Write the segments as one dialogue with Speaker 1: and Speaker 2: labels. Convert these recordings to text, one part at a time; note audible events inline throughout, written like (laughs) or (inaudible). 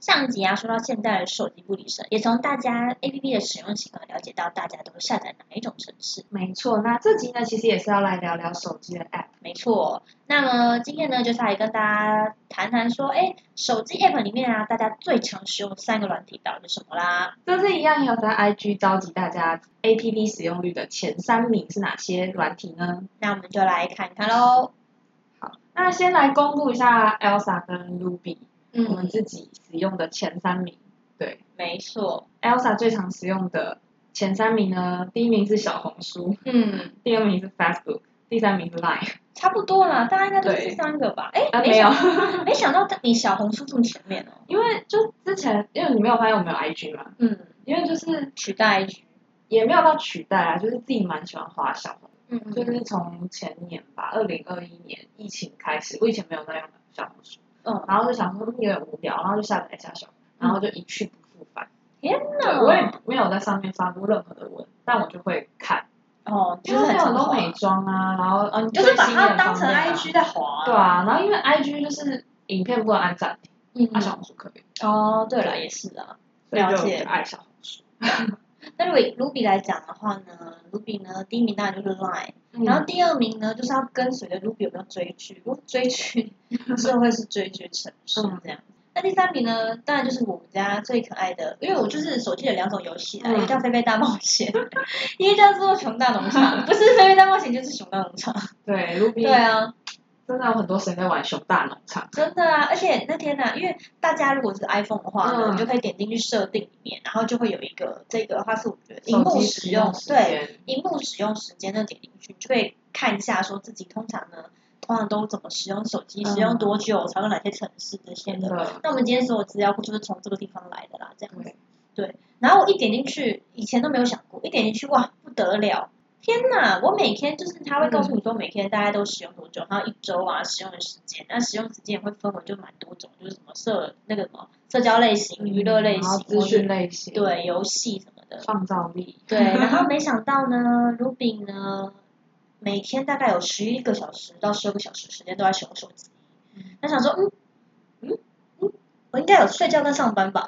Speaker 1: 上集啊，说到现代的手机不离身，也从大家 APP 的使用习惯了解到大家都下载哪一种程式。
Speaker 2: 没错。那这集呢，其实也是要来聊聊手机的 App。
Speaker 1: 没错，那么今天呢，就是来跟大家谈谈说，哎，手机 App 里面啊，大家最常使用的三个软体到底是什么啦？
Speaker 2: 这次一样也有在 IG 召集大家 APP 使用率的前三名是哪些软体呢？
Speaker 1: 那我们就来看看喽。
Speaker 2: 那先来公布一下 Elsa 跟 Ruby 我们
Speaker 1: 嗯，
Speaker 2: 自己使用的前三名。对
Speaker 1: 没错，
Speaker 2: ，Elsa 最常使用的前三名呢，第一名是小红书，
Speaker 1: 嗯，
Speaker 2: 第二名是 Facebook，第三名是 Line。
Speaker 1: 差不多啦，大家应该都是
Speaker 2: 对
Speaker 1: 这三个吧？哎、
Speaker 2: 啊，
Speaker 1: 没
Speaker 2: 没有
Speaker 1: 想，没想到你小红书这么前面哦。
Speaker 2: (laughs) 因为就之前，因为你没有发现我们有 IG 嘛，
Speaker 1: 嗯，
Speaker 2: 因为就是
Speaker 1: 取代，
Speaker 2: 也没有到取代啊，就是自己蛮喜欢花小红书。
Speaker 1: 嗯，
Speaker 2: 就是从前年吧，二零二一年疫情开始，我以前没有在用小红书，
Speaker 1: 嗯，
Speaker 2: 然后就想说有点无聊，然后就下载一下小红书，然后就一去不复返。对，
Speaker 1: 那
Speaker 2: 我也没有在上面发过任何的文，但我就会看，
Speaker 1: 哦，
Speaker 2: 因
Speaker 1: 就
Speaker 2: 为
Speaker 1: 是很
Speaker 2: 它有很
Speaker 1: 常
Speaker 2: 多
Speaker 1: 滑
Speaker 2: 美妆啊，然后嗯，
Speaker 1: 就是把它
Speaker 2: 最新的
Speaker 1: 当成
Speaker 2: 方面啊
Speaker 1: IG 在滑、
Speaker 2: 对，啊，然后因为 IG 就是影片不能按暂停，
Speaker 1: 嗯，
Speaker 2: 按小红书可以，
Speaker 1: 哦，对了，也是啊。
Speaker 2: 所以就
Speaker 1: 了解
Speaker 2: 就爱小红书。
Speaker 1: 那如果以 Ruby 来讲的话呢，Ruby 呢第一名当然就是 Line，、然
Speaker 2: 嗯
Speaker 1: 后第二名呢就是要跟随着 Ruby 有没有追剧，如果追剧就会是追剧城市
Speaker 2: 嗯
Speaker 1: 这样。那第三名呢，当然就是我们家最可爱的，因为我就是手机有两种游戏啊，
Speaker 2: 嗯
Speaker 1: 一个叫《飞飞大冒险》， (laughs) 一个叫做《熊大农场》，不是《飞飞大冒险》就是《熊大农场》。
Speaker 2: 嗯对
Speaker 1: 对
Speaker 2: Ruby
Speaker 1: 啊，
Speaker 2: 真的有很多时间在玩熊大农场，
Speaker 1: 真的啊！而且那天呢、因为大家如果是 iPhone 的话呢，
Speaker 2: 嗯
Speaker 1: 你就可以点进去设定里面，然后就会有一个这个的话是我觉得荧
Speaker 2: 手
Speaker 1: 幕
Speaker 2: 机
Speaker 1: 使
Speaker 2: 使
Speaker 1: 用
Speaker 2: 用时
Speaker 1: 对
Speaker 2: 间。
Speaker 1: 荧幕使用时间，那点进去你就可以看一下，说自己通常呢通常都怎么使用手机，
Speaker 2: 嗯
Speaker 1: 使用多久，常用哪些城市这些
Speaker 2: 真
Speaker 1: 的。
Speaker 2: 的，
Speaker 1: 那我们今天所有资料库就是从这个地方来的啦，这样子
Speaker 2: 对。
Speaker 1: 对，然后我一点进去，以前都没有想过，一点进去哇不得了，天哪！我每天就是他会告诉你说每天大概都使用多久，还有一周啊使用的时间，那使用时间也会分为就蛮多种，就是什么社那个什么社交类型、娱乐类
Speaker 2: 嗯然后
Speaker 1: 型、
Speaker 2: 资讯类型，，
Speaker 1: 对游戏什么的。
Speaker 2: 创造力，
Speaker 1: 对，然后没想到呢，Ruby 呢，每天大概有十一个小时到十二个小时时间都在使用手机
Speaker 2: 嗯。
Speaker 1: 他想说，嗯嗯嗯，我应该有睡觉跟上班吧？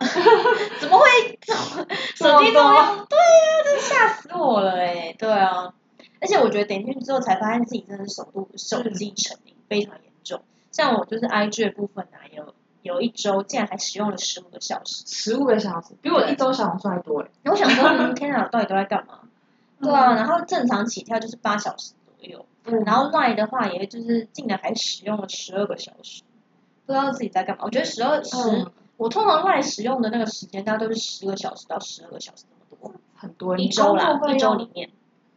Speaker 1: 怎么会怎么手机这么用？对啊，真吓死我了哎、对啊，而且我觉得点进去之后才发现自己真的是手部手机成瘾非常严重。像我就是 IG 的部分啊，有有一周竟然还使用了十五个小时。
Speaker 2: 十五个小时，比我一周小红书还多哎。
Speaker 1: 然后我想说，嗯，天哪，我到底都在干 (laughs) 嘛？对啊，然后正常起跳就是八小时左右，
Speaker 2: 嗯
Speaker 1: 然后 Line 的话也就是竟然还使用了十二个小时，不知道自己在干嘛。我觉得十二十，
Speaker 2: 嗯，
Speaker 1: 我通常 Line 使用的那个时间大概都是十个小时到十二个小时这么
Speaker 2: 很多
Speaker 1: 多，嗯一周啦，一周里
Speaker 2: 里
Speaker 1: 面，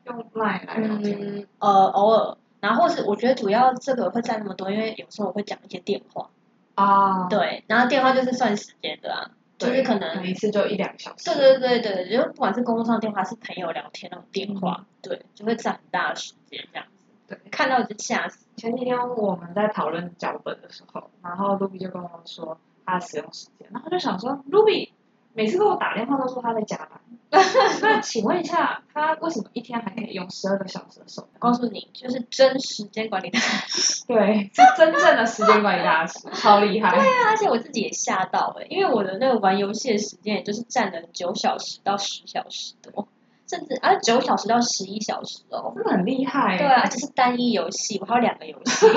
Speaker 2: 用 Line 来聊天，
Speaker 1: 嗯，呃，偶尔。然后或是我觉得主要这个会占那么多，因为有时候我会讲一些电话，
Speaker 2: 啊，
Speaker 1: 对，然后电话就是算时间的啊，就
Speaker 2: 对，
Speaker 1: 是可能
Speaker 2: 一次就一两个小时，
Speaker 1: 对对对对，对就不管是工作上的电话，是朋友聊天那种电话，对，就会占很大的时间这样子。
Speaker 2: 对
Speaker 1: 看到就吓死。
Speaker 2: 前几天我们在讨论脚本的时候，然后 Ruby 就跟我说他的使用时间，然后我就想说 Ruby 每次跟我打电话都说他在
Speaker 1: (laughs)
Speaker 2: 加班，那请问一下他为什么一天还可以用十二个小时的手
Speaker 1: 告诉你，就是真时间管理 (laughs) 大师。
Speaker 2: 对，是真正的时间管理大师，超厉害。
Speaker 1: 对啊，而且我自己也吓到哎、欸，因为我的那个玩游戏的时间，也就是占了九小时到十小时多，甚至啊九小时到十一小时哦。
Speaker 2: 真的很厉害，
Speaker 1: 对啊，而且是单一游戏，我还有两个游戏。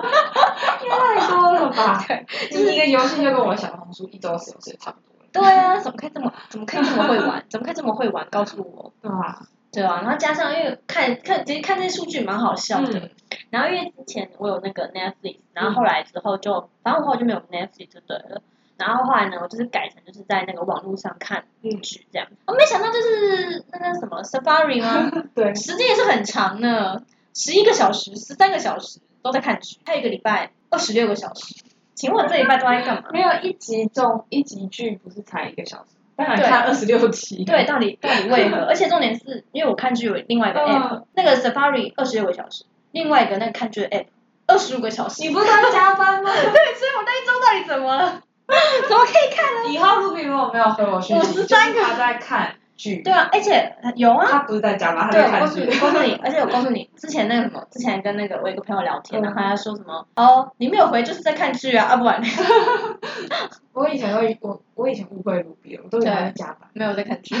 Speaker 2: 太多了 (laughs) 吧？就
Speaker 1: 就是
Speaker 2: 是一个游戏就跟我的小红书一周使用时间差不多了，
Speaker 1: 对啊，怎么可以这么怎么可以这么会玩？怎么可以这么会玩？告诉我。
Speaker 2: 对吧？
Speaker 1: 对啊，然后加上因为看看，其实看这些数据蛮好笑
Speaker 2: 嗯
Speaker 1: 的。然后因为之前我有那个 Netflix，然后后来之后就，反正我后来就没有 Netflix 就对了。然后后来呢，我就是改成就是在那个网络上看
Speaker 2: 嗯
Speaker 1: 剧这样。我没想到就是那个什么 Safari
Speaker 2: (laughs)
Speaker 1: 吗？
Speaker 2: 嗯对，
Speaker 1: 时间也是很长呢，十一个小时、十三个小时都在看剧，还有一个礼拜二十六个小时。请问我这礼拜都在干嘛？
Speaker 2: 没有一集中一集剧不是才一个小时，当然
Speaker 1: 对
Speaker 2: 看二十六集，
Speaker 1: 对，到底到底为何？而且重点是因为我看剧有另外一个 app，、
Speaker 2: 嗯
Speaker 1: 那个 Safari 二十六个小时，另外一个那个看剧的 app 二十五个小时。
Speaker 2: 你不是要加班吗？
Speaker 1: 对，所以我那一周到底怎么了？ (laughs) 怎么可以看呢？
Speaker 2: 以后露比如果没有回我讯息，就是
Speaker 1: 53个
Speaker 2: 他在看剧，
Speaker 1: 对啊，而且有啊。
Speaker 2: 他不是在加班，他
Speaker 1: 对，
Speaker 2: 在
Speaker 1: 我告
Speaker 2: 看
Speaker 1: 诉
Speaker 2: 剧
Speaker 1: 你，。我告诉你， (laughs) 而且我告诉你，之前那个什么，之前跟那个我一个朋友聊天，
Speaker 2: 嗯
Speaker 1: 然后他说什么，哦，你没有回就是在看剧啊，啊不然呢
Speaker 2: 我以前会，我我以前误会露比，我都以为他在加 (laughs) 班，
Speaker 1: (laughs) 没有在看剧。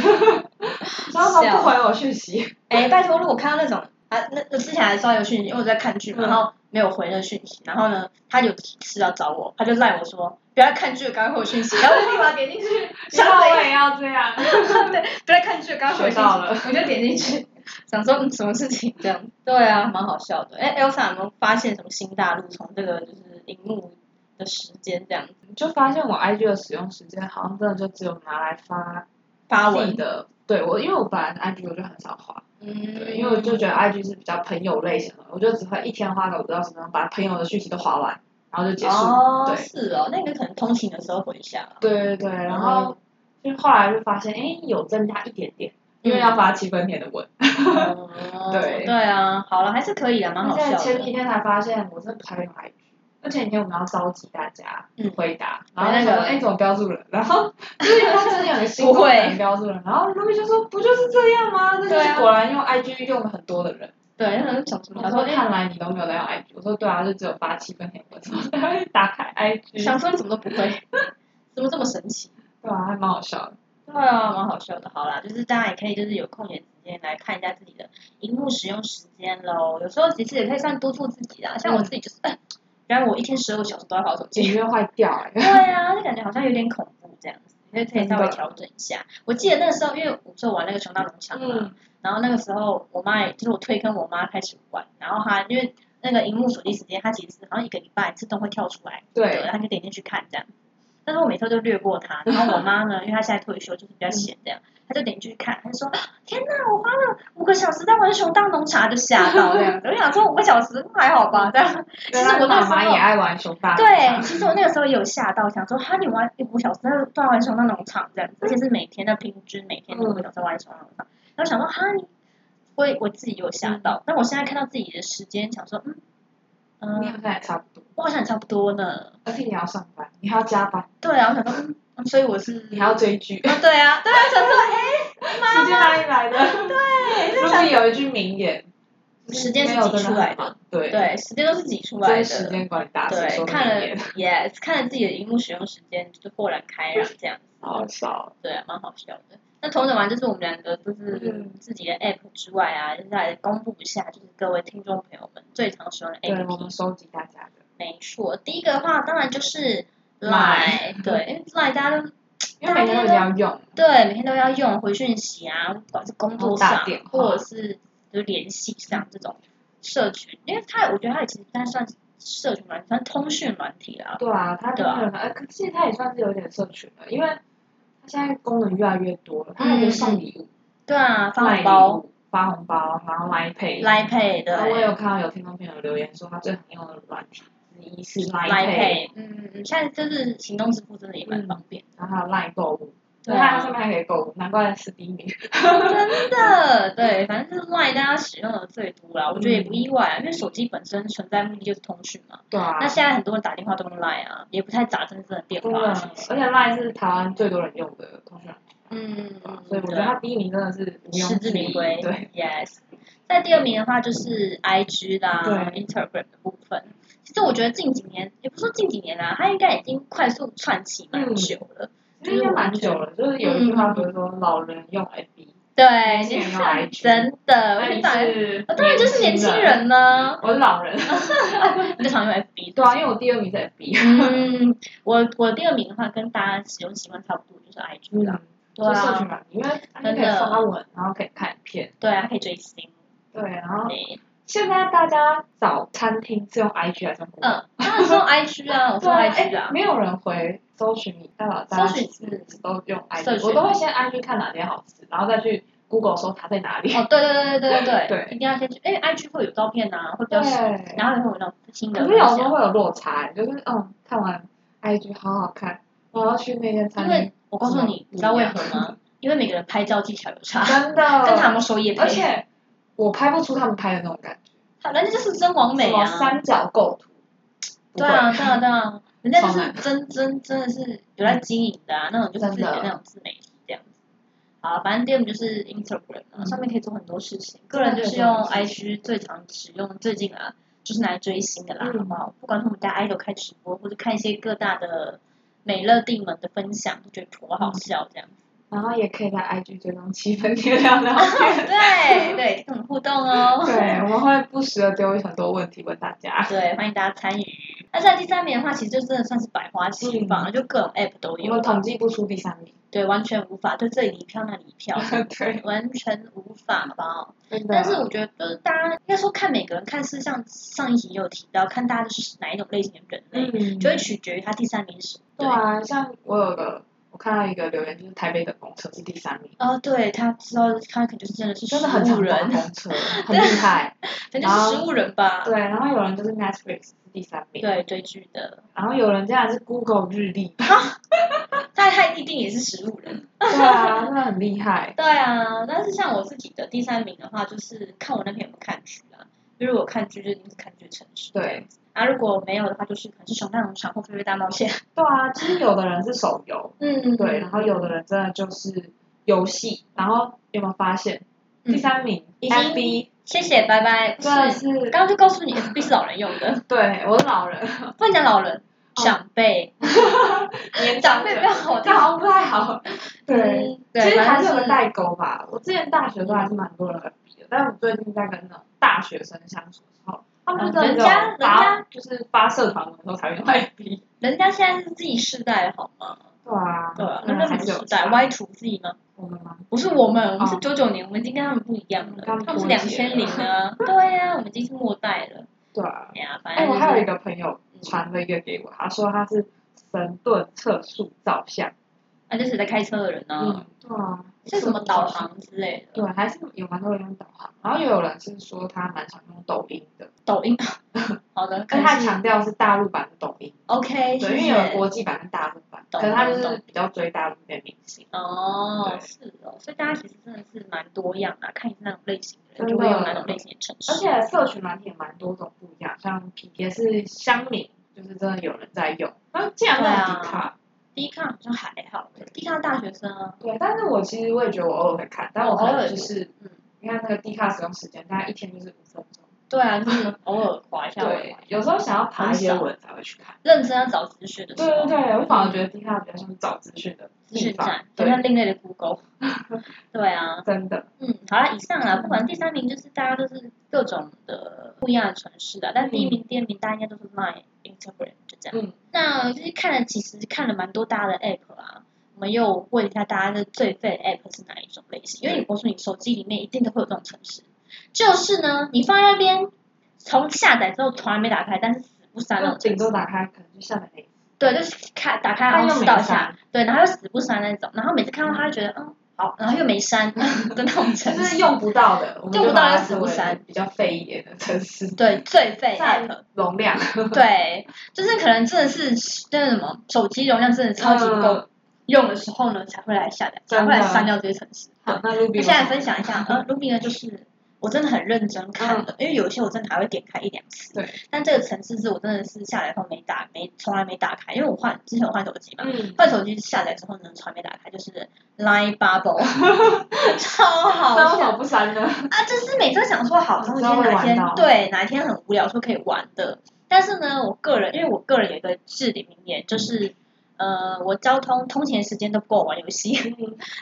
Speaker 2: 然后他不回我讯 (laughs) 息，
Speaker 1: (laughs) 哎，拜托，如果看到那种啊，那我之前还收到一个讯息，因为我在看剧嘛，
Speaker 2: 嗯
Speaker 1: 然后没有回那个讯息，然后呢，他有提示要找我，他就赖我说不要看剧，赶快回我讯息，然后我立马点进 (laughs) 去，想
Speaker 2: 以后
Speaker 1: 怎
Speaker 2: 我
Speaker 1: 样？
Speaker 2: 也要这样。 (laughs)
Speaker 1: 对，不要看剧，赶快回
Speaker 2: 学
Speaker 1: 讯
Speaker 2: 到了
Speaker 1: 息，我就点进 (laughs) 去，想说嗯什么事情这样。对啊，蛮好笑的。哎，Elsa 有没有发现什么新大陆？从这个就是荧幕的时间这样子
Speaker 2: 就发现我 IG 的使用时间好像真的就只有拿来发
Speaker 1: 发
Speaker 2: 自己
Speaker 1: 文，
Speaker 2: 的，对我，因为我本来 IG 我就很少花，对，
Speaker 1: 嗯，
Speaker 2: 因为我就觉得 IG 是比较朋友类型的，我就只会一天花个五到十分钟把朋友的讯息都划完，然后就结束。
Speaker 1: 哦，
Speaker 2: 对
Speaker 1: 是哦，那个可能通勤的时候回一下啦。
Speaker 2: 对对对，然
Speaker 1: 嗯
Speaker 2: 后就后来就发现，哎，有增加一点点，因 (laughs) 为
Speaker 1: 嗯
Speaker 2: 要发七分甜的文，
Speaker 1: 哦
Speaker 2: 对
Speaker 1: 对啊，好了，还是可以的，蛮好
Speaker 2: 现在
Speaker 1: 笑
Speaker 2: 前几
Speaker 1: 的。
Speaker 2: 天才发现，我真的不太用 IG。那前几天我们要召集大家
Speaker 1: 嗯
Speaker 2: 回答，
Speaker 1: 回
Speaker 2: 然后他
Speaker 1: 那
Speaker 2: 说：“
Speaker 1: 个
Speaker 2: 哎，怎么标注人？”然后就是因为他之前有个新
Speaker 1: 不
Speaker 2: 功
Speaker 1: 会
Speaker 2: 能标注人，然后 Ruby 就说：“不就是这样吗？”这就
Speaker 1: 对
Speaker 2: 是
Speaker 1: 啊
Speaker 2: 果然用 IG 用了很多的人。
Speaker 1: 对，那种什么
Speaker 2: 他
Speaker 1: 想
Speaker 2: 说：“
Speaker 1: 说，哎嗯
Speaker 2: 看来你都没有在用 IG。”我说：“对啊，就只有发七分甜文，怎么才会打开 (laughs) IG？”
Speaker 1: 想说你怎么都不会， (laughs) 怎么这么神奇？
Speaker 2: 对啊，还蛮好笑的。
Speaker 1: 对啊，蛮好笑的。好啦，就是大家也可以就是有空闲时间来看一下自己的荧幕使用时间喽。有时候其实也可以算督促自己啦，像我自己就是，哎、原来我一天十二个小时都在划手
Speaker 2: 简
Speaker 1: 机。
Speaker 2: 直要坏掉哎、
Speaker 1: 对啊，就感觉好像有点恐怖这样子，因为可以稍微调整一下。我记得那个时候，因为我是玩那个《熊大农场》嘛，
Speaker 2: (laughs) (laughs) 嗯，
Speaker 1: 然后那个时候我妈也就是我推跟我妈开始玩，然后她因为那个荧幕手机时间，它其实是好像一个礼拜自动会跳出来，
Speaker 2: 对
Speaker 1: 然后就点进去看这样。但是我每次都略过它，然后我妈呢，因为她现在退休，就是比较闲这样，她就点进去看，她就说：“天哪，我花了五个小时在玩熊大浓茶，就吓到这样子。”我想说五个小时还好吧，这样。其实我那
Speaker 2: 妈
Speaker 1: 时候
Speaker 2: 妈也爱玩熊大农
Speaker 1: 对， (laughs)
Speaker 2: 场。
Speaker 1: 其实我那个时候也有吓到，想说哈，你玩一五小时，那都要玩熊那农场这样子，而且是每天的平均，每天都会有在玩熊那农场。然后想说哈，你我也我自己有吓到，但我现在看到自己的时间，想说嗯嗯、
Speaker 2: 你好像也差不多，
Speaker 1: 我好像也差不多呢。
Speaker 2: 而且你要上班，你还要加班，
Speaker 1: 对啊，我想说，嗯，所以我是
Speaker 2: 你还要追剧，
Speaker 1: 啊 (laughs) 对啊，对啊，想说
Speaker 2: 时间哪里来的？对，就是有一句名言，
Speaker 1: 时间是挤出来的
Speaker 2: 没有真很忙，
Speaker 1: (laughs)
Speaker 2: 对，
Speaker 1: 对，时间都是挤出来
Speaker 2: 这
Speaker 1: 的。
Speaker 2: 是时间管理大师
Speaker 1: 对，
Speaker 2: 说的
Speaker 1: 看
Speaker 2: 名
Speaker 1: 了
Speaker 2: 言，
Speaker 1: yes，看了自己的荧幕使用时间，就豁然开朗这样。
Speaker 2: 好少，
Speaker 1: 对、啊，蛮好笑的。那同整完就是我们两个就是
Speaker 2: 嗯
Speaker 1: 自己的 app 之外啊，就是来公布一下，就是各位听众朋友们最常使用的
Speaker 2: 对，我们
Speaker 1: app。
Speaker 2: 收集大家的，
Speaker 1: 没错，第一个的话当然就是
Speaker 2: Line
Speaker 1: Line，对，因为 Line 大家都
Speaker 2: 因为每天都一定要用，
Speaker 1: 对每天都要用回讯息啊，不管是工作
Speaker 2: 然后打
Speaker 1: 上
Speaker 2: 电话
Speaker 1: 或者是就是联系上这种社群，因为它我觉得它也其实不太算社群软体，算通讯软体啦。
Speaker 2: 对啊，它
Speaker 1: 对
Speaker 2: 真的
Speaker 1: 啊
Speaker 2: 很，呃，可其实它也算是有点社群了，因为它现在功能越来越多
Speaker 1: 嗯
Speaker 2: 了，它还可以送礼物，
Speaker 1: 对啊，发红
Speaker 2: 卖礼
Speaker 1: 包、
Speaker 2: 物，发红包，然后 Line Pay。
Speaker 1: Line Pay
Speaker 2: 然后我
Speaker 1: 的。
Speaker 2: 有看到有听众朋友留言说，他最常用的软体之一是 Line
Speaker 1: Line
Speaker 2: Pay，嗯
Speaker 1: Pay，嗯，嗯，现在就是行动支付真的也蛮方便，
Speaker 2: 然后还有 LINE 购物，
Speaker 1: 对
Speaker 2: 它
Speaker 1: 啊
Speaker 2: 上面还可以购物，难怪是第一名。
Speaker 1: 真的，对，反正就是 Line 大家使用的最多啦，我觉得也不意外啊，因为手机本身存在目的就是通讯嘛。
Speaker 2: 对嗯啊
Speaker 1: 那现在很多人打电话都用 Line 啊，也不太打真正的电
Speaker 2: 真
Speaker 1: 话
Speaker 2: 的，而
Speaker 1: 是不
Speaker 2: 且
Speaker 1: 是
Speaker 2: LINE 是台湾最多人用的通讯软件
Speaker 1: 嗯，
Speaker 2: 吧
Speaker 1: 嗯，
Speaker 2: 所以我觉
Speaker 1: 对
Speaker 2: 得它第一名真的是毋庸
Speaker 1: 实至
Speaker 2: 置
Speaker 1: 名
Speaker 2: 疑。
Speaker 1: 归。
Speaker 2: 对，
Speaker 1: ，yes。在第二名的话就是 IG 啦
Speaker 2: 对
Speaker 1: ，Instagram 的部分。其实我觉得近几年，也不是说近几年啦，它应该已经快速串起蛮
Speaker 2: 嗯
Speaker 1: 久了。
Speaker 2: 其实应该蛮久了，就是有一句话不是说老人用 FB，
Speaker 1: 对，
Speaker 2: 年轻
Speaker 1: 你
Speaker 2: 人用
Speaker 1: 看，
Speaker 2: IG
Speaker 1: 真的，我
Speaker 2: 那
Speaker 1: 跟你
Speaker 2: 你
Speaker 1: 讲，哦
Speaker 2: 是
Speaker 1: 我当然就是年轻
Speaker 2: 人，
Speaker 1: 人呢。
Speaker 2: 我是老人。 (laughs)
Speaker 1: 你就常用 FB
Speaker 2: 对啊，因为我第二名是 FB。
Speaker 1: 嗯，我我第二名的话跟大家使用习惯差不多，就是 IG 啦。嗯对
Speaker 2: 就社群
Speaker 1: 啊，
Speaker 2: 软体，因为它可以发文，然后可以看片，
Speaker 1: 对啊，可以追星。
Speaker 2: 对，然后
Speaker 1: 对，
Speaker 2: 现在大家找餐厅是用 IG 还是用 Google？
Speaker 1: 嗯，当然是用 IG 啊，我是
Speaker 2: 对
Speaker 1: 用
Speaker 2: 啊，
Speaker 1: IG 啊
Speaker 2: 哎，。没有人回搜寻你，代表大家
Speaker 1: 搜寻嗯
Speaker 2: 其实都用
Speaker 1: 搜
Speaker 2: IG，
Speaker 1: 寻
Speaker 2: 我都会先 IG 看哪间好吃，然后再去 Google 搜它在哪里。
Speaker 1: 哦，对对对对对
Speaker 2: 对
Speaker 1: 一定要先去，因为 IG 会有照片啊，会比较新，然后也会有那种新的
Speaker 2: 可
Speaker 1: 分
Speaker 2: 是有欸时
Speaker 1: 享。
Speaker 2: 候会有落差，就是嗯，看完 IG 好好看，我要去那间餐
Speaker 1: 啊因
Speaker 2: 厅
Speaker 1: 为，我告诉你，你知道为何 (laughs) 吗？因为每个人拍照技巧有差，
Speaker 2: 真的，
Speaker 1: 跟他们收叶
Speaker 2: 而
Speaker 1: 配，
Speaker 2: 且我拍不出他们拍的那种感觉，
Speaker 1: 他人家就是真完美
Speaker 2: 什么
Speaker 1: 啊，
Speaker 2: 三角构图，不
Speaker 1: 对
Speaker 2: 会
Speaker 1: 啊，对啊，对啊，人家就
Speaker 2: 超
Speaker 1: 是
Speaker 2: 难
Speaker 1: 真真真的是有在经营的啊，那种就是自己的
Speaker 2: 真的
Speaker 1: 那种自媒体这样子。好，反正第二个就是 Instagram 啊，
Speaker 2: 嗯啊
Speaker 1: 上面可以做很多事情。个
Speaker 2: 真的
Speaker 1: 人就是
Speaker 2: 可以做
Speaker 1: 用
Speaker 2: 很多事
Speaker 1: IG 最常使用，最近啊，就是拿来追星的啦，
Speaker 2: 嗯
Speaker 1: 好不好？不管是我们家 idol 开直播，或者看一些各大的美乐蒂们的分享，就觉得颇好笑这样。
Speaker 2: 然后也可以在 IG 追踪七分天聊
Speaker 1: (laughs)
Speaker 2: 聊天。
Speaker 1: 对对，跟我们互动哦。
Speaker 2: 嗯对，我们会不时的丢很多问题问大
Speaker 1: (laughs)
Speaker 2: 家。
Speaker 1: 对，欢迎大家参与。那在第三名的话，其实就真的算是百花齐放，就各种 app 都
Speaker 2: 嗯我
Speaker 1: 有
Speaker 2: 们
Speaker 1: 啊。
Speaker 2: 统计不出第三名。
Speaker 1: 对，完全无法，对这里离票那里离
Speaker 2: (laughs)
Speaker 1: 票，
Speaker 2: 对，啊
Speaker 1: 完全无法吧。
Speaker 2: 真的。
Speaker 1: 但是我觉得，就是大家应该说看每个人看事，像上一集也有提到，看大家是哪一种类型的人类，
Speaker 2: 嗯，
Speaker 1: 就会取决于他第三名是谁。
Speaker 2: 对啊，像我有个，我看到一个留言，就是台北的公车是第三名，
Speaker 1: 哦，对他知道他可能就是真的是
Speaker 2: 真的很常
Speaker 1: 食物
Speaker 2: 搭
Speaker 1: 人，
Speaker 2: 公车，很厉
Speaker 1: (laughs)
Speaker 2: 害。
Speaker 1: 可能就是食物人吧。
Speaker 2: 对，啊然后有人就是 Netflix 是第三名，
Speaker 1: 对追剧的，
Speaker 2: 然后有人竟然是 Google
Speaker 1: (laughs)
Speaker 2: 日历，
Speaker 1: 他他一定也是食物人。
Speaker 2: 对啊，真的很厉害。
Speaker 1: 对啊，但是像我自己的第三名的话，就是看我那天有没有看剧啦。因为我看剧就一定是看剧城市。
Speaker 2: 对，
Speaker 1: 啊，如果没有的话，就是可能是《熊大农场》或《飞飞大冒险》。
Speaker 2: 对啊，其实有的人是手游，
Speaker 1: 嗯
Speaker 2: 对，然后有的人真的就是游戏，然后有没有发现第三名
Speaker 1: 嗯已经
Speaker 2: FB
Speaker 1: 谢谢，拜拜。不
Speaker 2: 真的
Speaker 1: 是，
Speaker 2: 是
Speaker 1: 刚刚就告诉你，FB 是老人用的，
Speaker 2: 对我是老人，
Speaker 1: 不能讲老人，
Speaker 2: 哦
Speaker 1: 长辈，
Speaker 2: (laughs) 年
Speaker 1: 长
Speaker 2: 长
Speaker 1: 辈
Speaker 2: 者
Speaker 1: 不要好
Speaker 2: 这
Speaker 1: 听
Speaker 2: 样。好像不太好。对，
Speaker 1: 嗯，
Speaker 2: 其
Speaker 1: 对，
Speaker 2: 实还
Speaker 1: 反
Speaker 2: 是有
Speaker 1: 正
Speaker 2: 个
Speaker 1: 是
Speaker 2: 代沟吧。我之前大学都还是蛮多人 FB 的，但我最近在跟那种大学生相处的时候，他们就真的只
Speaker 1: 嗯人
Speaker 2: 有
Speaker 1: 家人
Speaker 2: 发
Speaker 1: 家
Speaker 2: 就是发社团文的时候才会用 FB。
Speaker 1: 人家现在是自己世代好吗？
Speaker 2: 对啊，
Speaker 1: 对啊，
Speaker 2: 真
Speaker 1: 那叫什
Speaker 2: 的还
Speaker 1: 么
Speaker 2: 是有
Speaker 1: 世代
Speaker 2: 差
Speaker 1: ？Y two Z 吗？
Speaker 2: 我们吗？
Speaker 1: 不是我们，我们是
Speaker 2: 哦
Speaker 1: 九九年，我们已经跟他们不一样了，
Speaker 2: 他们
Speaker 1: 他们是
Speaker 2: 脱
Speaker 1: 两
Speaker 2: 节了
Speaker 1: 千零
Speaker 2: (laughs)
Speaker 1: 啊。对呀，我们已经是末代了。
Speaker 2: 对啊。
Speaker 1: 哎呀，反
Speaker 2: 哎，
Speaker 1: 正
Speaker 2: 我
Speaker 1: 就
Speaker 2: 还有一
Speaker 1: 是嗯
Speaker 2: 个朋友传了一个给我，他说他是神盾测速照相。
Speaker 1: 那就是在开车的人呢，，
Speaker 2: 对啊。
Speaker 1: 像嗯什么导？航之类的，
Speaker 2: 对，还是有蛮多人用导航，然后也有人是说他蛮常用抖音的，
Speaker 1: 抖
Speaker 2: (laughs)
Speaker 1: 音。好的，
Speaker 2: 但
Speaker 1: 可能
Speaker 2: 他
Speaker 1: 是
Speaker 2: 哎强调是大陆版的抖音。
Speaker 1: OK，
Speaker 2: 对，
Speaker 1: 谢
Speaker 2: 因为有
Speaker 1: 谢。
Speaker 2: 国际版跟大陆版，
Speaker 1: 懂
Speaker 2: 可是他就
Speaker 1: 懂
Speaker 2: 是
Speaker 1: 懂
Speaker 2: 比较追大陆那边明星，
Speaker 1: 哦
Speaker 2: 对，
Speaker 1: 是哦，所以大家其实真的是蛮多样啊，看你是哪种类型的
Speaker 2: 真
Speaker 1: 人，
Speaker 2: 的
Speaker 1: 就会用哪种类型的城市。
Speaker 2: 而且社群软体也蛮多种不一样，像也是乡民，就是真的有人在用，那竟然没有
Speaker 1: 对啊
Speaker 2: 迪卡，
Speaker 1: D 抗好像还好，D 抗大学生啊，
Speaker 2: 对，但是我其实我也觉得我偶尔会看，但我可
Speaker 1: 偶
Speaker 2: 能
Speaker 1: 尔
Speaker 2: 就是，
Speaker 1: 嗯
Speaker 2: 你看那个迪卡使用时间大概一天就是五分钟，
Speaker 1: (laughs) 对啊，就是偶尔划一下，啊偶尔
Speaker 2: 对
Speaker 1: 滑一，下
Speaker 2: 有时候想要爬一些
Speaker 1: 很少
Speaker 2: 文才会去看，
Speaker 1: 认真要找资讯的时
Speaker 2: 对对
Speaker 1: 候，
Speaker 2: 对，我反而觉得迪卡比较像找资讯的
Speaker 1: 资
Speaker 2: 地
Speaker 1: 讯
Speaker 2: 方
Speaker 1: 站，，有
Speaker 2: 对，
Speaker 1: 点另类的 (laughs) Google。对啊，
Speaker 2: 真的，
Speaker 1: 嗯，好了，以上啦，不管第三名就是大家都是各种的不一样的城市的，但第一名、第二名大家应该都是 Line、Instagram 就这样。
Speaker 2: 嗯，
Speaker 1: 那就是看了，其实看了蛮多大家的 app 啊。我们又问一下大家的最废的 app 是哪一种类型？因为我说你手机里面一定都会有这种程式，就是呢，你放在那边，从下载之后从来没打开，但是死不删那
Speaker 2: 就
Speaker 1: 种程
Speaker 2: 哦顶多
Speaker 1: 式。
Speaker 2: 打开可能就下载那一次，
Speaker 1: 对，就是开打开
Speaker 2: 但
Speaker 1: 然后
Speaker 2: 又
Speaker 1: 试
Speaker 2: 没
Speaker 1: 到一
Speaker 2: 删
Speaker 1: 下，对，然后又死不删那种，然后每次看到他就觉得嗯好，然后又没删
Speaker 2: (laughs)
Speaker 1: 的那种
Speaker 2: 就
Speaker 1: 程
Speaker 2: 是
Speaker 1: 式。
Speaker 2: 用不到的，我们
Speaker 1: 用不到
Speaker 2: 就把它
Speaker 1: 又死
Speaker 2: 视
Speaker 1: 不
Speaker 2: 为
Speaker 1: 删
Speaker 2: 比较废一点的城市。
Speaker 1: 对，最废的 app。
Speaker 2: 占容量，
Speaker 1: 嗯对，就是可能真的是那个什么，手机容量真的超级不够
Speaker 2: 嗯
Speaker 1: 用的时候呢，才会来下载，才
Speaker 2: 真
Speaker 1: 会
Speaker 2: 的
Speaker 1: 来删掉这些程式。
Speaker 2: 好，那
Speaker 1: 那
Speaker 2: Ruby
Speaker 1: 现在分享一下，呃，Ruby 呢，就是我真的很认真看的，因为有一些我真的还会点开一两次。
Speaker 2: 对。
Speaker 1: 但这个程式是我真的是下载后没打，没从来没打开，因为我换之前我换手机嘛，
Speaker 2: 嗯，
Speaker 1: 换手机下载之后呢，从来没打开，就是 Line Bubble，超好
Speaker 2: 那为什
Speaker 1: 笑
Speaker 2: 么。不删
Speaker 1: (laughs)
Speaker 2: 呢？ (laughs)
Speaker 1: 啊，就是每次想说好，然后今天哪
Speaker 2: 知道会玩
Speaker 1: 天
Speaker 2: 到
Speaker 1: 对哪一天很无聊，说可以玩的。但是呢，我个人因为我个人有一个至理名言，就是
Speaker 2: 嗯
Speaker 1: 呃，我交通通勤时间都不够我玩游戏。 (laughs)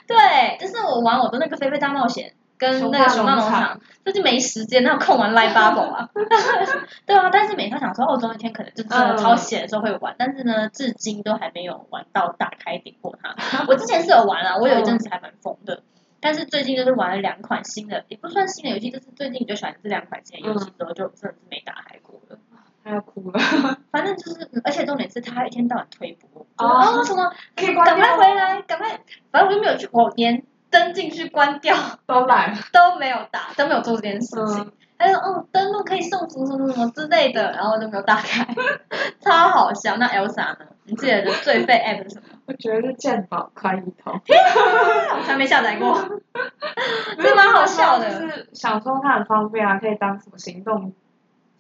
Speaker 1: 对，就是我玩我的那个《飞飞大冒险》跟那个《熊
Speaker 2: 熊
Speaker 1: 大
Speaker 2: 大
Speaker 1: 农
Speaker 2: 农场
Speaker 1: 场》，就是没时间，哪有空玩 Live Bubble 啊？ (laughs) 对啊，但是每次想说哦，总有一天可能就真的
Speaker 2: 嗯
Speaker 1: 超闲的时候会玩，但是呢，至今都还没有玩到打开点过它。我之前是有玩啊，我有一阵子还蛮疯的，但是最近就是玩了两款新的，也不算新的游戏，就是最近比较喜欢这两款新的游戏
Speaker 2: 嗯
Speaker 1: 之后，就真的是没打开过了。
Speaker 2: 他要哭了，
Speaker 1: 反正就是，嗯而且重点是他一天到晚推播，
Speaker 2: 哦
Speaker 1: 就是哦什么，
Speaker 2: 可以
Speaker 1: 赶
Speaker 2: 关
Speaker 1: 快
Speaker 2: 掉
Speaker 1: 回来，赶快，反正我就没有去，我连登进去关掉
Speaker 2: 都来了，
Speaker 1: 都没有打，都没有做这件事情。
Speaker 2: 嗯，
Speaker 1: 他就说哦，登录可以送什么什么什么之类 (laughs) 的，然后我就没有打开，超好笑。那 Elsa 呢？你自己的最废 app 是什么？ (laughs)
Speaker 2: 我我觉得是鉴宝快一通，
Speaker 1: 我才没下载过，
Speaker 2: (laughs)
Speaker 1: 这蛮好笑
Speaker 2: 就
Speaker 1: 的。
Speaker 2: 是想说它很方便啊，可以当什么行动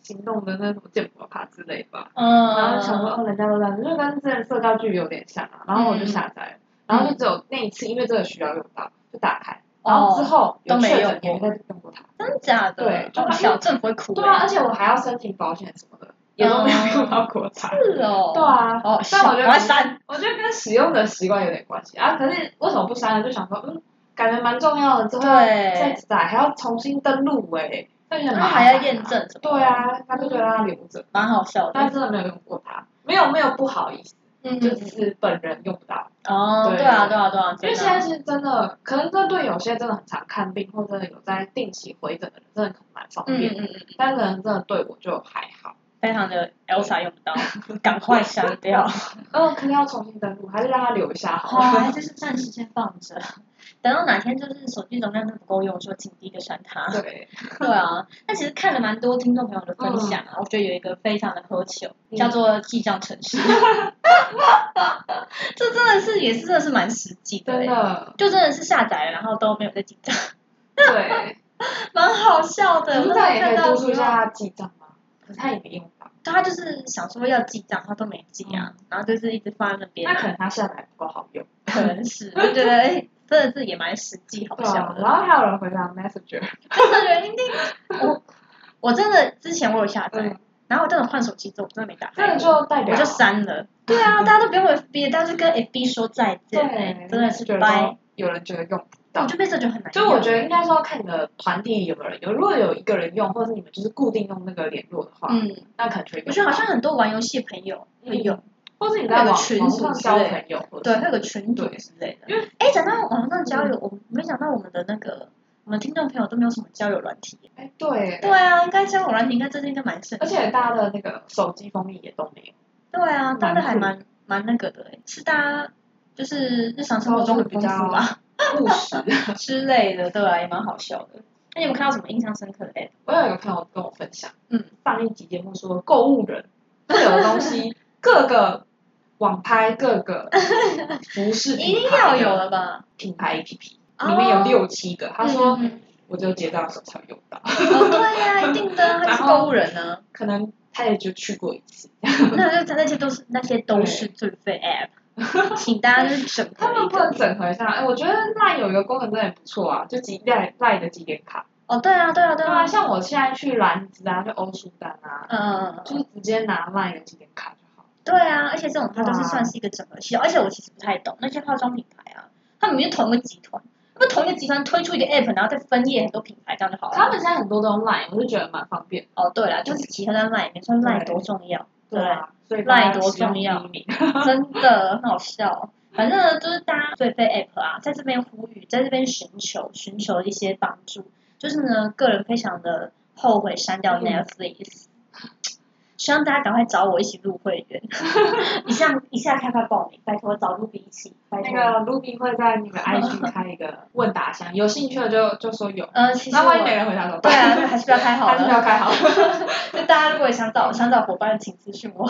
Speaker 2: 行动的那什么鉴宝卡之类吧。
Speaker 1: 嗯，
Speaker 2: 然后想说，哦，人家都这样子，就跟之前社交距离有点像啊。然后我就下载了，然后就只有那一次，因为这个需要用到，就打开。然后之
Speaker 1: 哦，
Speaker 2: 后有
Speaker 1: 都没
Speaker 2: 确
Speaker 1: 用
Speaker 2: 诊嗯也没
Speaker 1: 过
Speaker 2: 再用过它。
Speaker 1: 真假的？
Speaker 2: 对就
Speaker 1: 哦
Speaker 2: 它
Speaker 1: 小镇不会哭欸。
Speaker 2: 对啊，而且我还要申请保险什么的，也都没有用到过它。
Speaker 1: 是哦。
Speaker 2: (laughs) 对啊，
Speaker 1: 哦，
Speaker 2: 但我觉得
Speaker 1: 我要删。
Speaker 2: 我觉得跟使用的习惯有点关系啊。可是为什么不删呢？就想说，嗯，感觉蛮重要的，之后
Speaker 1: 对
Speaker 2: 再载还要重新登录哎，那就很
Speaker 1: 然
Speaker 2: 麻
Speaker 1: 后
Speaker 2: 烦
Speaker 1: 哎还要验。证什么，
Speaker 2: 对啊，他就觉得他留着，
Speaker 1: 蛮好笑
Speaker 2: 但
Speaker 1: 的。
Speaker 2: 真的没有用过它，没有没有不好意思，
Speaker 1: 嗯
Speaker 2: 就只是本人用不到。
Speaker 1: 哦，
Speaker 2: 对
Speaker 1: 对啊，对啊，对啊，
Speaker 2: 因
Speaker 1: 真的
Speaker 2: 为现在是真的，可能这对有些真的很常看病或者有在定期回诊的人，真的可能蛮方
Speaker 1: 嗯
Speaker 2: 便。
Speaker 1: 嗯嗯，
Speaker 2: 但可能真的对我就还好。
Speaker 1: 非常的 Elsa 用不到， (laughs) 赶快删 (laughs) 掉。哦
Speaker 2: 嗯，可能要重新登录，还是让他留一下好
Speaker 1: 好，
Speaker 2: 了。
Speaker 1: 哦还就是暂时先放着，等到哪天就是手机容量真的不够用，说请第一个删它。
Speaker 2: 对，
Speaker 1: 对啊，那其实看了蛮多听众朋友的分享啊，我觉得有一个非常的喝球，
Speaker 2: 嗯
Speaker 1: 叫做记账城 (laughs) 市。这真的是也是真的是蛮实际的
Speaker 2: 真
Speaker 1: 欸，
Speaker 2: 的，
Speaker 1: 就真的是下载了，然后都没有在记账， (laughs)
Speaker 2: 对。
Speaker 1: 蛮好笑的。
Speaker 2: 可
Speaker 1: 我
Speaker 2: 是
Speaker 1: 那
Speaker 2: 他也
Speaker 1: 时候
Speaker 2: 可以
Speaker 1: 看到
Speaker 2: 督促一
Speaker 1: 的时候
Speaker 2: 下他记账吗？可是他也没用到，
Speaker 1: 他就是想说要记账，他都没记啊，然后就是一直放在那边
Speaker 2: 嗯那可
Speaker 1: 啊，
Speaker 2: 能他下载不够好用。
Speaker 1: 可能是 (laughs) 我觉得哎，真的是也蛮实际好
Speaker 2: 对
Speaker 1: 笑
Speaker 2: 啊，
Speaker 1: 的。
Speaker 2: 然后还有人回答 Messenger，
Speaker 1: 真的人一定，我我真的之前我有下载
Speaker 2: 嗯，
Speaker 1: 然后我真的换手机之后，我真的没打
Speaker 2: 这
Speaker 1: 开过，
Speaker 2: 个哎就代表
Speaker 1: 我就删了。对啊， (laughs) 大家都不用 FB，大家就跟 FB 说再见欸
Speaker 2: 对，，
Speaker 1: 真的
Speaker 2: 哎就是觉
Speaker 1: 拜
Speaker 2: 得。有人觉得用不
Speaker 1: 我
Speaker 2: 到。
Speaker 1: 就被这就很难用。
Speaker 2: 就我觉得应该说看你的团体有没有人用，如果有一个人用，或者你们就是固定用那个联络的话，
Speaker 1: 嗯，
Speaker 2: 那可能就会用
Speaker 1: 我觉得好像很多玩游戏的朋友会
Speaker 2: 嗯
Speaker 1: 用。
Speaker 2: 或者你在
Speaker 1: 那个
Speaker 2: 网
Speaker 1: 群
Speaker 2: 网
Speaker 1: 组
Speaker 2: 上
Speaker 1: 之
Speaker 2: 交
Speaker 1: 类
Speaker 2: 朋友，或者
Speaker 1: 对，
Speaker 2: 是
Speaker 1: 会有个群组
Speaker 2: 对
Speaker 1: 之类的。
Speaker 2: 因为
Speaker 1: 哎，讲到网上交友，我没想到我们的那个我们听众朋友都没有什么交友软体耶。
Speaker 2: 哎对，
Speaker 1: 对啊，应该交友软体应该最近应该蛮盛
Speaker 2: 而。且大家的那个手机封面也都没有，
Speaker 1: 对啊，大家还
Speaker 2: 蛮
Speaker 1: 蛮蛮那个的耶，是大家就是日常生活中很丰富
Speaker 2: (laughs)
Speaker 1: 吧 (laughs)
Speaker 2: 务实。
Speaker 1: 之类的，对啊，也蛮好笑的。那你有没有看到什么印象深刻的 app？
Speaker 2: 我有一个朋友跟我分享，
Speaker 1: 嗯，
Speaker 2: 上一集节目说购物人会有的东西，各个网拍、各个服
Speaker 1: (laughs) 一
Speaker 2: 饰品
Speaker 1: 定
Speaker 2: 牌
Speaker 1: 要
Speaker 2: 的
Speaker 1: 有了吧？
Speaker 2: 品牌 APP，里面有六七个。他说
Speaker 1: 嗯，嗯嗯
Speaker 2: 我只有结账的时候才会用到，
Speaker 1: 哦对呀，一定的啊，他
Speaker 2: 然
Speaker 1: 是
Speaker 2: 后
Speaker 1: 购物人
Speaker 2: (laughs)
Speaker 1: 呢。
Speaker 2: 可能他也就去过一次。
Speaker 1: 那就他那些都是那些都是最废 app，请大家就是整合
Speaker 2: 他
Speaker 1: 一
Speaker 2: 们不
Speaker 1: 个。
Speaker 2: 能整合一下，哎，我觉得 LINE 有一个功能真的很不错啊，就几 LINE LINE 的几点卡。
Speaker 1: 哦，对啊，对啊，对
Speaker 2: 对
Speaker 1: 啊
Speaker 2: 啊，。像我现在去兰芝啊，就欧舒丹啊，
Speaker 1: 嗯，
Speaker 2: 就是直接拿 LINE 的几点卡就好。
Speaker 1: 对啊，而且这种它都是
Speaker 2: 哇
Speaker 1: 算是一个整合系统，而且我其实不太懂那些化妆品牌啊，他们明明就同一个集团，那么同一个集团推出一个 app，然后再分业很多品牌，这样就好了。
Speaker 2: 他们现在很多都用 LINE，我就觉得蛮方便的。
Speaker 1: 哦，对了，就是集合在 line 里面，说 line 多重要，对，
Speaker 2: 啊，所以
Speaker 1: 赖多重要 (laughs) 真的很好笑。反正呢，就是大家对非 app 啊，在这边呼吁，在这边寻求寻求一些帮助。就是呢，个人非常的后悔删掉
Speaker 2: 嗯
Speaker 1: Netflix，、希望大家赶快找我一起入会员， (laughs) 一下一下开发报名，拜托找 Ruby 一起，拜
Speaker 2: 那
Speaker 1: 托。
Speaker 2: 个 Ruby 会在 (laughs) 那个 IG 开一个问答箱，有兴趣的就就说有，
Speaker 1: 呃，其实
Speaker 2: 那
Speaker 1: 我
Speaker 2: 万一没人回答怎么
Speaker 1: 对
Speaker 2: 办？
Speaker 1: 啊，
Speaker 2: (laughs)
Speaker 1: 那还是不要开好
Speaker 2: 还是不
Speaker 1: 了。
Speaker 2: 要开好了，
Speaker 1: 就大家如果也想找想找伙伴，请私信我，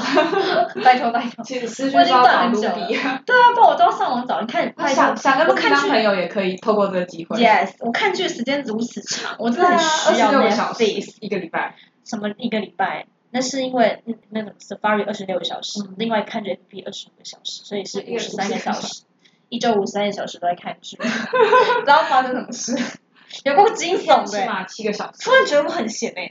Speaker 1: 拜托拜托。
Speaker 2: 其实私讯
Speaker 1: 我已
Speaker 2: 是
Speaker 1: 经
Speaker 2: 要
Speaker 1: 断
Speaker 2: 找
Speaker 1: 很久了
Speaker 2: Ruby，
Speaker 1: 对啊，不然我都要上网找。你看，
Speaker 2: (laughs)
Speaker 1: 拜托
Speaker 2: 想想跟
Speaker 1: 我
Speaker 2: Ruby
Speaker 1: 看
Speaker 2: 当
Speaker 1: 剧
Speaker 2: 朋友也可以透过这个机会。
Speaker 1: Yes，我看剧的时间如此长，我真
Speaker 2: 对
Speaker 1: 的
Speaker 2: 啊，
Speaker 1: 很
Speaker 2: 二
Speaker 1: 需要
Speaker 2: 十六个小时
Speaker 1: Netflix。
Speaker 2: 一个礼拜，
Speaker 1: 什么一个礼拜？那是因为嗯那种 Safari 二十六个小时，
Speaker 2: 嗯
Speaker 1: 另外看着 FB 二十五个小时，所以是
Speaker 2: 一
Speaker 1: 五
Speaker 2: 个
Speaker 1: 十三个
Speaker 2: 53
Speaker 1: 小时，一周五十三个小时都在看剧， (laughs) 不知道发生什么事，有够惊悚的
Speaker 2: 起
Speaker 1: 欸。
Speaker 2: 码七个小时，
Speaker 1: 突然觉得我很闲哎、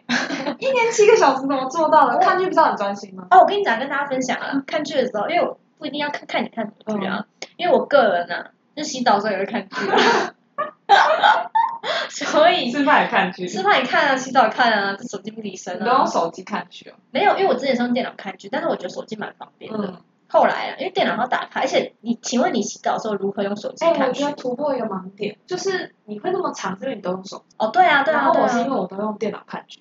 Speaker 2: 一年七个小时怎么做到的？看剧不是很专心吗？
Speaker 1: 哦，我跟你讲，跟大家分享啊，看剧的时候，因为我不一定要看看你看什么剧啊，因为我个人啊，就洗澡的时候也会看剧啊， (laughs) 所以
Speaker 2: 吃饭也看剧，
Speaker 1: 吃饭也看啊，洗澡也看啊，这手机不离身
Speaker 2: 你
Speaker 1: 啊。
Speaker 2: 都用手机看剧哦。
Speaker 1: 没有，因为我之前是用电脑看剧，但是我觉得手机蛮方便的。
Speaker 2: 嗯，
Speaker 1: 后来啊，因为电脑要打开，而且你，请问你洗澡的时候如何用手机
Speaker 2: 哎，
Speaker 1: 看
Speaker 2: 我
Speaker 1: 剧？
Speaker 2: 觉得突破一个盲点，就是你会那么长，是因为你都用手机。
Speaker 1: 哦，对啊，对
Speaker 2: 然
Speaker 1: 啊，
Speaker 2: 后
Speaker 1: 对
Speaker 2: 我是因
Speaker 1: 啊。
Speaker 2: 为我都用电脑看剧，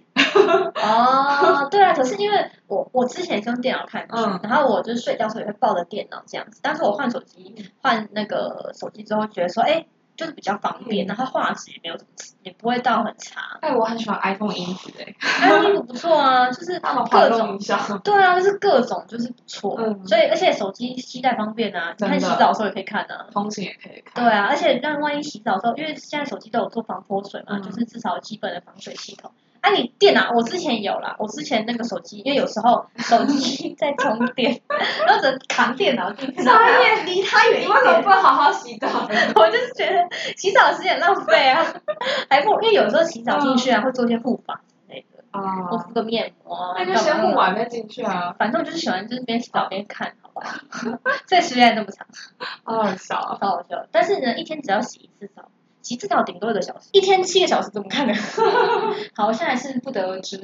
Speaker 1: 哦，对啊，可是因为我我之前也是用电脑看剧，
Speaker 2: 嗯
Speaker 1: 然后我就是睡觉的时候也会抱着电脑这样子，但是我换手机换那个手机之后，觉得说，哎，就是比较方便，
Speaker 2: 嗯
Speaker 1: 然后画质也没有什么，也不会到很
Speaker 2: (laughs)
Speaker 1: 差。
Speaker 2: 哎，我很喜欢 iPhone 音质哎，
Speaker 1: 安妮不错啊，就是
Speaker 2: 他们滑
Speaker 1: 各
Speaker 2: 动
Speaker 1: 种
Speaker 2: 音效，
Speaker 1: 对啊，就是各种就是不错，
Speaker 2: 嗯
Speaker 1: 所以而且手机携带方便啊，你看
Speaker 2: 真
Speaker 1: 洗
Speaker 2: 的
Speaker 1: 澡的时候也可以看啊。
Speaker 2: 通勤也可以
Speaker 1: 对
Speaker 2: 看。
Speaker 1: 啊，而且那万一洗澡的时候，因为现在手机都有做防泼水嘛，
Speaker 2: 嗯
Speaker 1: 就是至少有基本的防水系统。啊，你电脑我之前有啦，我之前那个手机，因为有时候手机在充
Speaker 2: (laughs)
Speaker 1: 电，然后只能扛电脑进去，然后
Speaker 2: 眼
Speaker 1: 离它远一
Speaker 2: 你为什么
Speaker 1: 点。
Speaker 2: 不好好洗
Speaker 1: (laughs)
Speaker 2: 澡？
Speaker 1: 我就是觉得洗澡的时间很浪费啊，还不如因为有时候洗澡进
Speaker 2: 嗯
Speaker 1: 去啊，会做一些护发之类的，或
Speaker 2: 啊，
Speaker 1: 敷个面膜啊，
Speaker 2: 那就
Speaker 1: 干嘛
Speaker 2: 先
Speaker 1: 干嘛
Speaker 2: 不玩再进去啊，
Speaker 1: 反正我就是喜欢就是边洗澡边看，好不好？ (laughs) 所以时间还那么长，
Speaker 2: 好好笑 (laughs) 啊！
Speaker 1: 超好笑。但是呢，一天只要洗一次澡，洗一次澡顶多一个小时，一天七个小时怎么看呢？ (laughs) 好，现在是不得而知。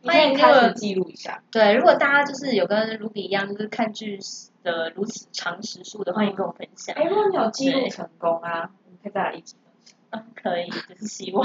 Speaker 2: 你可
Speaker 1: 欢
Speaker 2: 以
Speaker 1: 迎
Speaker 2: 开
Speaker 1: 各
Speaker 2: 始
Speaker 1: 位
Speaker 2: 记录一下，
Speaker 1: 对，如果大家就是有跟卢比一样，就是看剧的如此长时数的，欢迎跟我分享。
Speaker 2: 哎，如果你有记录成功啊，我们可以再来一集分享。
Speaker 1: 嗯，可以，就是希望。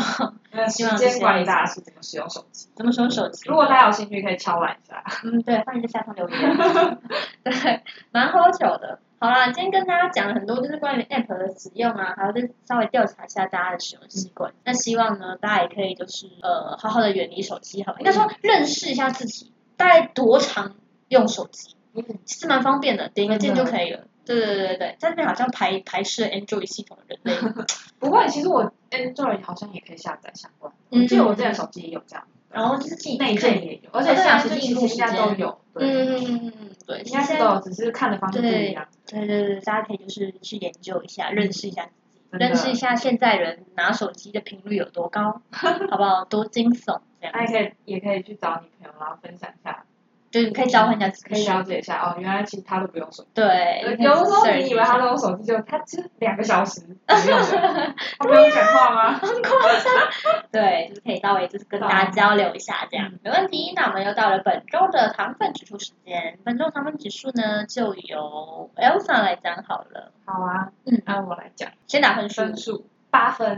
Speaker 2: 那
Speaker 1: 希
Speaker 2: 时
Speaker 1: 望
Speaker 2: 间管理大师怎么使用手机？
Speaker 1: (laughs) 怎么说手机？
Speaker 2: 如果大家有兴趣，可以敲碗一下。
Speaker 1: 嗯，对，欢迎在下方留言。 (laughs) 对，蛮喝酒的。好啦，今天跟大家讲了很多，就是关于 App 的使用啊，还有就是稍微调查一下大家的使用习惯。那希望呢，大家也可以就是呃，好好的远离手机，好吧？应该说认识一下自己，大概多长用手机，
Speaker 2: 嗯
Speaker 1: 其实蛮方便的，点一个键就
Speaker 2: 真的
Speaker 1: 可以了。对对对对对，在那边好像排排斥 Android 系统的人
Speaker 2: (laughs)
Speaker 1: 类。嗯
Speaker 2: 不过其实我 Android 好像也可以下载相关的，
Speaker 1: 嗯
Speaker 2: 我记得我之前手机也有这样，
Speaker 1: 然后就是自己
Speaker 2: 内
Speaker 1: 看
Speaker 2: 建也有，而且
Speaker 1: 哦对
Speaker 2: 现
Speaker 1: 啊
Speaker 2: 在就
Speaker 1: 就是
Speaker 2: 其
Speaker 1: 荧
Speaker 2: 实
Speaker 1: 幕
Speaker 2: 现在
Speaker 1: 时
Speaker 2: 都
Speaker 1: 间
Speaker 2: 有，
Speaker 1: 嗯
Speaker 2: 对，
Speaker 1: 嗯嗯嗯嗯，对，
Speaker 2: 应该是
Speaker 1: 现
Speaker 2: 都
Speaker 1: 在
Speaker 2: 有，只是看的方式不一样。
Speaker 1: 对对对，大家可以就是去研究一下，认识一下
Speaker 2: 真的
Speaker 1: 认识一下现在人拿手机的频率有多
Speaker 2: (laughs)
Speaker 1: 高，好不好？多惊悚这样，
Speaker 2: 那也可以，也可以去找你朋友，然后分享一下，
Speaker 1: 就是你可以交换一下资
Speaker 2: 可以
Speaker 1: 讯。
Speaker 2: 了解一下哦。原来其实他都不用手
Speaker 1: 对，
Speaker 2: 机，
Speaker 1: 你可以
Speaker 2: 有的时候
Speaker 1: search
Speaker 2: 你以
Speaker 1: 一
Speaker 2: 为他
Speaker 1: 下
Speaker 2: 都用手机，就他其实两个小时不用手机，
Speaker 1: (laughs)
Speaker 2: 他不用讲话吗？
Speaker 1: 很夸张，对，就是可以稍微就是跟大家交流一下这样
Speaker 2: 嗯，
Speaker 1: 没问题。那我们又到了本周的糖分指数时间，本周糖分指数呢就由 Elsa 来讲好了，
Speaker 2: 好啊，
Speaker 1: 嗯
Speaker 2: 那我来讲
Speaker 1: 先打分数，
Speaker 2: 分数八分，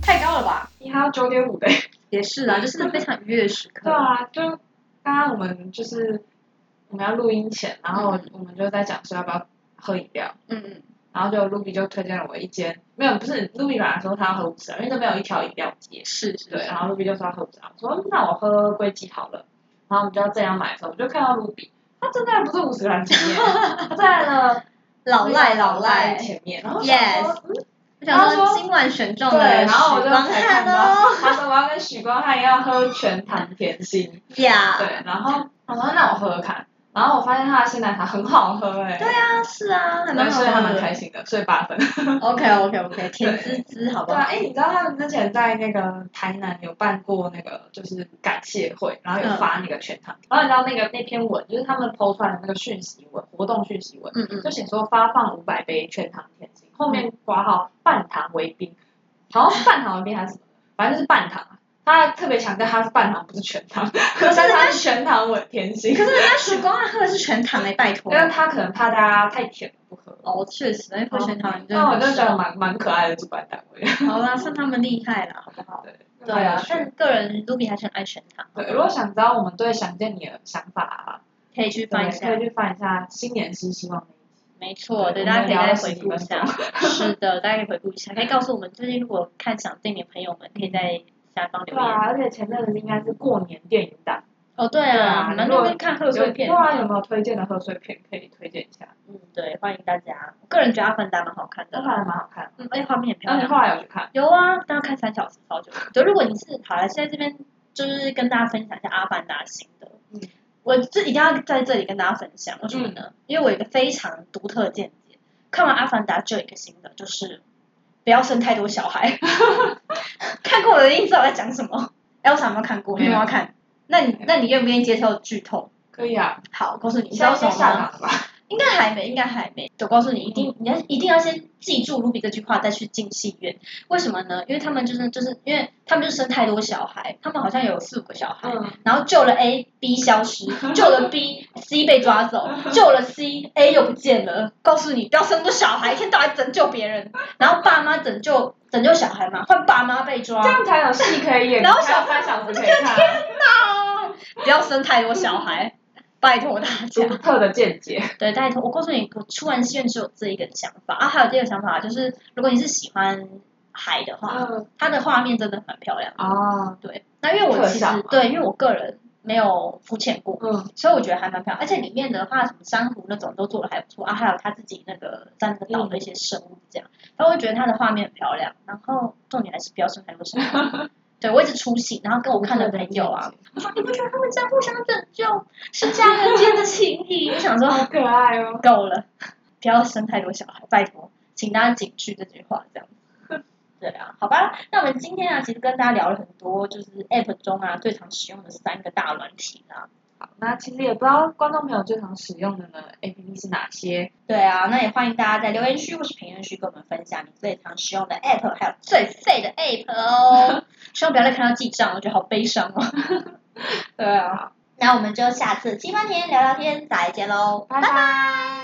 Speaker 1: 太高了吧？
Speaker 2: 你还有九点五的。
Speaker 1: 也是啊，就是非常愉悦的时刻。
Speaker 2: 对啊，就刚刚我们就是我们要录音前，然后我们就在讲说要不要喝饮料，
Speaker 1: 嗯嗯，
Speaker 2: 然后就 Ruby 就推荐了我一间，没有不是 Ruby 本来说他要喝五十，因为这边有一条饮料街，
Speaker 1: 是是，
Speaker 2: 对，然后 Ruby 就说要喝五十，我说嗯那我喝龟记好了，然后我们就要这样买的时候，我就看到 Ruby。他站在不是五十岚前面，他站在了
Speaker 3: 老赖老
Speaker 2: 老
Speaker 3: 赖，
Speaker 2: 前面，然后我想说嗯
Speaker 1: 我想
Speaker 2: 他
Speaker 1: 说
Speaker 2: 说
Speaker 1: 今晚选中
Speaker 2: 对，
Speaker 1: 的
Speaker 2: 然后我就
Speaker 1: 许光
Speaker 2: 才看
Speaker 1: 汉
Speaker 2: 到
Speaker 1: 哦，
Speaker 2: 他说我要跟许光汉一样喝全糖甜心，
Speaker 1: 呀，
Speaker 2: 对，然后我说那我喝喝看，然后我发现他的鲜奶茶很好喝哎、对啊，
Speaker 1: 啊是啊，还蛮好
Speaker 2: 所以还蛮
Speaker 1: 喝
Speaker 2: 开
Speaker 1: 的。
Speaker 2: 心的，所以八分。
Speaker 1: OK OK OK，甜滋滋，好不
Speaker 2: 对啊，
Speaker 1: 好？
Speaker 2: 哎，你知道他们之前在那个台南有办过那个就是感谢会，然后有发那个全糖，然后你知道那个那篇文就是他们 PO 出来的那个讯息文，活动讯息文，
Speaker 1: 嗯嗯，
Speaker 2: 就写说发放五百杯全糖甜心，后面挂号半糖为冰，好像是半糖为冰还是什么，反正就是半糖啊。他特别强调他是半糖，不是全 (laughs) 糖，可是他是全糖为 (laughs) 甜心。
Speaker 1: 可是人家许光啊汉喝的是全糖哎，拜托
Speaker 2: 因。为他可能怕大家太甜了不喝。
Speaker 1: 哦，确实，那喝全糖你真的
Speaker 2: 哦那我
Speaker 1: 很
Speaker 2: 就觉得
Speaker 1: 爽。
Speaker 2: 蛮蛮可爱的主办单位。
Speaker 1: (laughs) 好啦，算他们厉害了，好不好？对啊，但个人 Ruby 还是很爱全糖，
Speaker 2: 对，如果想知道我们对想见你的想法啊，
Speaker 1: 可以去翻一
Speaker 2: 对，可
Speaker 1: 下
Speaker 2: 以。去翻一下新年新希望那一集。
Speaker 1: 没错，对，
Speaker 2: 对
Speaker 1: 大家可以
Speaker 2: 我
Speaker 1: 再
Speaker 2: 们聊
Speaker 1: 回顾一下
Speaker 2: 了。
Speaker 1: 是的，大家可以回顾一下，可以告诉我们最近如果看想电影的朋友们，可以在下方留
Speaker 2: 对
Speaker 1: 言。
Speaker 2: 啊，而且前阵子应该是过年电影档，
Speaker 1: 哦，对
Speaker 2: 对
Speaker 1: 啊，
Speaker 2: 啊
Speaker 1: 蛮
Speaker 2: 如
Speaker 1: 多
Speaker 2: 果
Speaker 1: 人看贺岁片
Speaker 2: 有
Speaker 1: 的。
Speaker 2: 对啊，有没有推荐的贺岁片可以推荐一下？
Speaker 1: 嗯，对，欢迎大家。我个人觉得《阿凡达》蛮好看的
Speaker 2: 那
Speaker 1: 啦，
Speaker 2: 还蛮好看的。
Speaker 1: 嗯，而且画面很漂
Speaker 2: 然后你
Speaker 1: 亮。
Speaker 2: 后来有去看？
Speaker 1: 有啊，大家看三小时超久。就如果你是好了，现在这边就是跟大家分享一下《阿凡达》新的。
Speaker 2: 嗯，
Speaker 1: 我这一定要在这里跟大家分享，为什么呢？因为我有一个非常独特的见解。看完《阿凡达》就有一个新的，就是不要生太多小
Speaker 2: (laughs)
Speaker 1: 孩。看过我的一定知道我在讲什么。Elsa 有没有看过？你有没有看？那你那你愿不愿意接受剧透？
Speaker 2: 可以啊，
Speaker 1: 好，我告诉你，
Speaker 2: 你
Speaker 1: 你知
Speaker 2: 现
Speaker 1: 道
Speaker 2: 在
Speaker 1: 为什
Speaker 2: 先
Speaker 1: 么
Speaker 2: 下
Speaker 1: 吗？
Speaker 2: 档了吧？
Speaker 1: 应该还没，应该还没。我告诉你，一定你要一定要先记住卢比这句话，再去进戏院。为什么呢？因为他们就是就是因为他们就是生太多小孩，他们好像有四五个小孩，
Speaker 2: 嗯，
Speaker 1: 然后救了 A B 消失，救了 B C 被抓走，救了 C A 又不见了。告诉你，不要生那么多小孩，一天到晚拯救别人，然后爸妈拯救拯救小孩嘛，换爸妈被抓
Speaker 2: 这。样才有 (laughs) 戏可以演。
Speaker 1: 然后
Speaker 2: 你看
Speaker 1: 小
Speaker 2: (laughs) 三小时可以看啊。
Speaker 1: 啊！不要生太多小孩。拜托大家
Speaker 2: 独，特的见解。
Speaker 1: 对，拜托，我告诉你，我出完现只有这一个想法啊。还有第二个想法就是，如果你是喜欢海的话，
Speaker 2: 嗯
Speaker 1: 它的画面真的很漂亮。
Speaker 2: 啊，
Speaker 1: 对，那因为我
Speaker 2: 特
Speaker 1: 其实
Speaker 2: 效嘛
Speaker 1: 对，因为我个人没有浮潜过，
Speaker 2: 嗯，
Speaker 1: 所以我觉得还蛮漂亮，而且里面的话，什么珊瑚那种都做的还不错啊，还有他自己那个在那个岛的一
Speaker 2: 嗯
Speaker 1: 些生物这样，但我觉得它的画面很漂亮，然后重点还是不要生太多生
Speaker 2: (laughs)
Speaker 1: 物。对，我一直出戏，然后跟我看的朋友啊，我说你不觉得他们这样互相拯救是家人间的情谊？我想说
Speaker 2: 好可爱哦。
Speaker 1: 够了， (laughs) 不要生太多小孩，拜托，请大家谨记这句话，这样。 (laughs) 对啊，好吧，那我们今天啊，其实跟大家聊了很多，就是 App 中啊最常使用的三个大软体啊，
Speaker 2: 好，那其实也不知道观众朋友最常使用的呢 APP 是哪些。
Speaker 1: 对啊，那也欢迎大家在留言区或是评论区跟我们分享你最常使用的 App，还有最废的 App
Speaker 2: (laughs)
Speaker 1: 哦。希望不要再看到记账，我觉得好悲伤哦。
Speaker 2: 对啊，
Speaker 1: 那我们就下次七番甜聊聊天再见喽，拜
Speaker 2: 拜
Speaker 1: 拜。
Speaker 2: 拜。